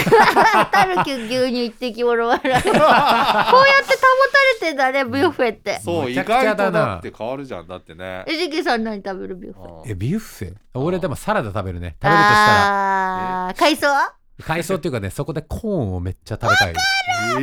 Speaker 1: タヌキ牛乳一滴もらわないこうやって保たれてんだねビュッフェって
Speaker 2: そう、
Speaker 3: む
Speaker 2: 意
Speaker 3: ちゃくちゃ
Speaker 2: 外と
Speaker 3: だな
Speaker 2: だって変わるじゃん。だってね。
Speaker 1: えじきさん何食べるビュッフェ食
Speaker 3: えビュッフェ俺でもサラダ食べるね食
Speaker 1: べ
Speaker 3: べるとしたら
Speaker 1: ら海藻は
Speaker 3: 海藻っていうかねそこでコーンをめっちゃ食べたい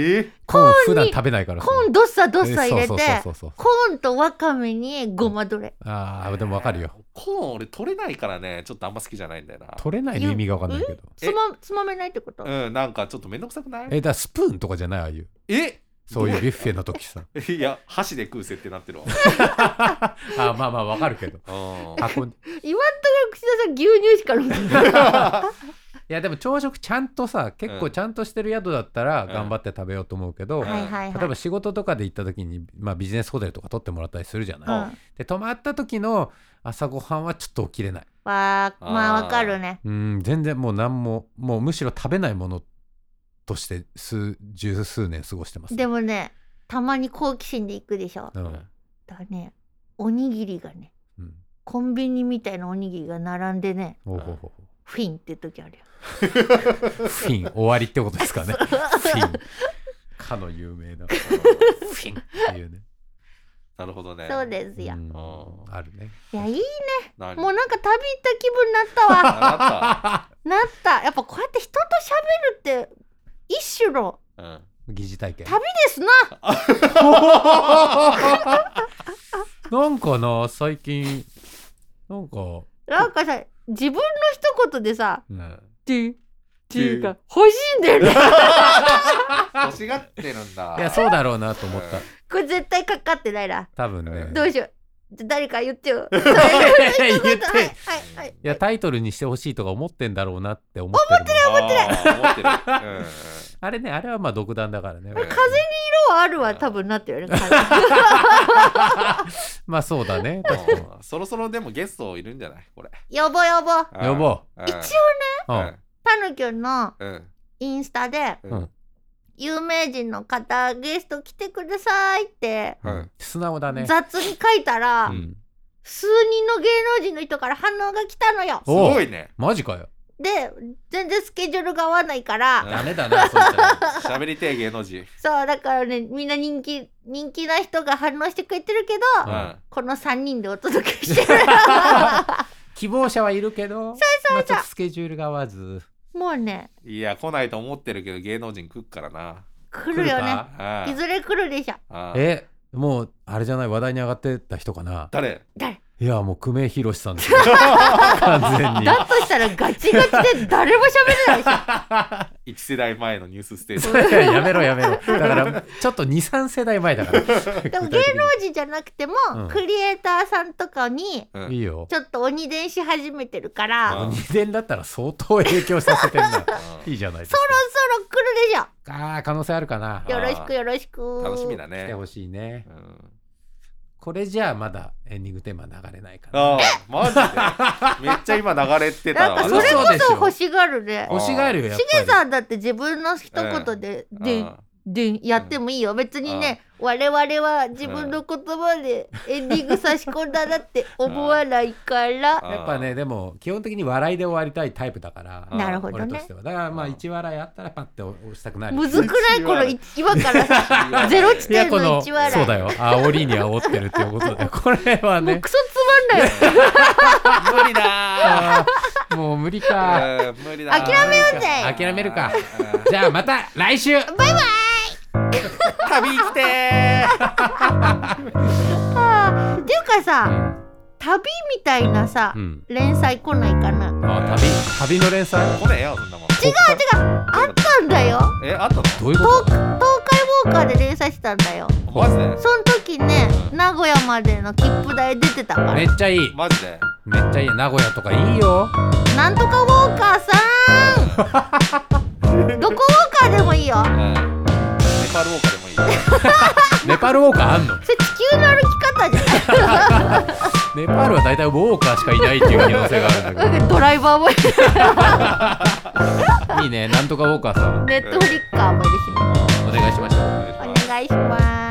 Speaker 2: ええ
Speaker 3: コーン普段食べないからさ
Speaker 1: コーンどっさどっさ入れ
Speaker 3: そう
Speaker 1: て
Speaker 3: そうそうそう
Speaker 1: コーンとわかめにごまどれ
Speaker 3: ああでもわかるよ。
Speaker 2: コーン俺取れないからね、ちょっとあんま好きじゃないんだよな。
Speaker 3: 取れないの意味がわかんないけど
Speaker 1: つまつまめないってこと
Speaker 2: うん、なんかちょっとめんどくさくない
Speaker 3: えだからスプーンとかじゃないああいう
Speaker 2: え
Speaker 3: そういうビュッフェの時さ
Speaker 2: いや、箸で食う設定になってるわ。
Speaker 3: あーまあまあわかるけど
Speaker 2: うん
Speaker 3: 箱
Speaker 1: 今ん
Speaker 3: に
Speaker 1: ところ串田さん牛乳しか飲んでない
Speaker 3: いやでも朝食ちゃんとさ結構ちゃんとしてる宿だったら
Speaker 2: うん
Speaker 3: 頑張って食べようと思うけ
Speaker 2: う
Speaker 3: ど、
Speaker 2: ん
Speaker 1: はいはい
Speaker 3: 例え
Speaker 1: は
Speaker 3: ば仕事とかで行った時に、まあ、ビジネスホテルとか取ってもらったりするじゃない、
Speaker 1: いうん
Speaker 3: で泊まった時の朝ごはんはちょっと起きれない
Speaker 1: わーまあ
Speaker 2: あー
Speaker 1: わかるね
Speaker 3: うん全然もう何ももうむしろ食べないものとして数十数年過ごしてます
Speaker 1: でもねたまに好奇心で行くでしょ
Speaker 3: う
Speaker 2: うんん
Speaker 1: だからねおにぎりがね
Speaker 3: うん
Speaker 1: コンビニみたいなおにぎりが並んでね
Speaker 3: ほうほうほうほ
Speaker 1: フィンって時あるよ
Speaker 3: うフィン終わりってことです かねフィンかの有名な フィンっていうね
Speaker 2: なるほどね。
Speaker 1: そうですよ、
Speaker 3: うん
Speaker 2: あ
Speaker 3: あるね
Speaker 1: いやいい
Speaker 2: 何
Speaker 1: もうなんか旅行った気分になった わ
Speaker 2: あ
Speaker 1: なったやっぱこうやって人と喋るって一種の
Speaker 2: なた。うん。
Speaker 3: 疑似体験
Speaker 1: 旅ですな
Speaker 3: なんかな最近なんか
Speaker 1: なんかさ自分の一言でさ
Speaker 3: う
Speaker 2: うんん
Speaker 1: 「て」っていうか欲しいんだよね
Speaker 2: 欲しがってるんだ。
Speaker 3: いやそうだろうなと思った
Speaker 1: これ絶対かかってないな
Speaker 3: 多分ね
Speaker 1: どうしようじゃあ誰か言ってよ
Speaker 3: 言って
Speaker 1: はいはいはい
Speaker 3: いやタイトルにしてほしいとか思ってんだろうなって思ってるもん
Speaker 2: あー思ってる。うんうん
Speaker 3: あれねあれはまあ独断だからね
Speaker 2: うん
Speaker 1: 色はあるは多分なってるよね風
Speaker 3: まあそうだね確かに
Speaker 2: うんそろそろでもゲストいるんじゃないこれ。
Speaker 1: やばやば
Speaker 2: うん
Speaker 3: 呼ぼ
Speaker 2: うん
Speaker 1: 一応ね
Speaker 3: う、うん
Speaker 1: たぬきゅんの
Speaker 2: うん。うん。
Speaker 1: インスタで
Speaker 2: う
Speaker 3: うんん。
Speaker 1: 有名人の方ゲスト来てくださいって
Speaker 2: うん
Speaker 3: うん素直だね
Speaker 1: 雑に書いたら、
Speaker 3: うん
Speaker 1: 数人の芸能人の人から反応が来たのよ
Speaker 2: すごい ね。
Speaker 3: マジかよ
Speaker 1: で全然スケジュールが合わないから、
Speaker 2: うん
Speaker 3: ダメだなそういったら
Speaker 2: 喋りてえ芸能人。
Speaker 1: そうだからねみんな人気人気な人が反応してくれてるけど、
Speaker 2: う。
Speaker 3: うんん
Speaker 2: あ
Speaker 1: この3人でお届けしてる
Speaker 3: 希望者はいるけどまあちょっとスケジュールが合わず
Speaker 1: もうね
Speaker 2: いや、来ないと思ってるけど芸能人食っからな。
Speaker 1: 来るよね
Speaker 2: あ
Speaker 1: いずれ来るでしょ
Speaker 2: あ
Speaker 3: えもうあれじゃない話題に上がってた人かな
Speaker 2: 誰
Speaker 1: 誰
Speaker 3: いやもう久米宏さ んですよ完全に
Speaker 1: だとしたらガチガチで誰も喋れないでしょ
Speaker 2: 一世代前のニュースステージ。
Speaker 3: やめろやめろだからちょっと23世代前だから
Speaker 1: でも芸能人じゃなくても、
Speaker 3: うん
Speaker 1: クリエイターさんとかに
Speaker 2: うん
Speaker 3: いいよ
Speaker 1: ちょっと鬼伝し始めてるから、
Speaker 2: うん
Speaker 3: 二年だったら相当影響させて んな
Speaker 2: う
Speaker 3: い
Speaker 2: ん
Speaker 3: いじゃないです
Speaker 1: そ
Speaker 3: か
Speaker 1: ろそろ来るでしょ
Speaker 3: あー可能性あるかな
Speaker 2: あ
Speaker 1: よろしくよろしく。
Speaker 2: 楽しみだ
Speaker 3: 来
Speaker 2: ね
Speaker 3: て。ほしいね
Speaker 2: うん
Speaker 3: これじゃあまだエンディングテーマ流れないから
Speaker 2: ああ、マジでめっちゃ今流れてた
Speaker 1: なん
Speaker 2: わ。
Speaker 1: かそれ
Speaker 3: そう
Speaker 1: こ
Speaker 3: でし
Speaker 1: そ
Speaker 3: ょ
Speaker 1: 欲しがるね
Speaker 2: あ。
Speaker 3: 推しがあるよやっ
Speaker 1: しげ
Speaker 3: ぱ
Speaker 1: さんだって自分の一言で、
Speaker 2: うん
Speaker 1: で、でんやってもいいよ別にね我々は自分の言葉でエンディング差し込んだなって思わないから
Speaker 2: あ
Speaker 3: やっぱねでも基本的に笑いで終わりたいタイプだから
Speaker 2: あ
Speaker 1: なるほど
Speaker 3: 俺と
Speaker 1: ね
Speaker 3: してはだからまあ
Speaker 2: うん
Speaker 3: 1笑いあったらパッて押したくなる
Speaker 1: むずくないこのい今から
Speaker 2: 一
Speaker 1: さ
Speaker 2: 笑い
Speaker 1: ゼロ地
Speaker 3: いや
Speaker 1: 点
Speaker 3: こ
Speaker 1: の1
Speaker 3: のそう
Speaker 1: 笑
Speaker 3: だよ煽りに煽ってるっていうこと だよこれはい
Speaker 1: もう
Speaker 3: ね
Speaker 1: クソつまんないよ
Speaker 2: 無理だ
Speaker 3: あーもう無理か
Speaker 2: ーうん無理だー
Speaker 1: 諦めようぜ
Speaker 3: 諦めるか
Speaker 2: うん
Speaker 3: じゃあまた来週
Speaker 2: 旅行きてー
Speaker 1: あーっていうかさ旅みたいなさ
Speaker 3: うん
Speaker 1: 連載来ないかな
Speaker 3: あ旅旅の連載
Speaker 2: 来ねえよそんなもん
Speaker 1: 違う違うあったんだよ
Speaker 2: えあったの
Speaker 3: どうい
Speaker 1: 東
Speaker 3: うこ
Speaker 1: 東海ウォーカーで連載してたんだよ
Speaker 2: マジで
Speaker 1: その時ね名古屋までの切符代出てたか
Speaker 3: と
Speaker 1: ら
Speaker 3: めっちゃいい
Speaker 2: マジで
Speaker 3: めっちゃいい名古屋とかいいよ
Speaker 1: なんとかウォーカーさんどこウォーカーでもいいよ
Speaker 2: うんネパールウォーカーでもいいよ
Speaker 3: ネパールウォーカーあんの
Speaker 1: それ地球の歩き方じゃ
Speaker 3: ネパールは大体ウォーカーしかいないっていう可能性があるん
Speaker 1: な
Speaker 3: だ
Speaker 1: いなんかドライバーもいる
Speaker 3: け どいいねなんとかウォーカーさん
Speaker 1: ネットフリッカーもいるしね
Speaker 3: お願いしました
Speaker 2: お願いし
Speaker 1: お
Speaker 2: ます
Speaker 1: 願いします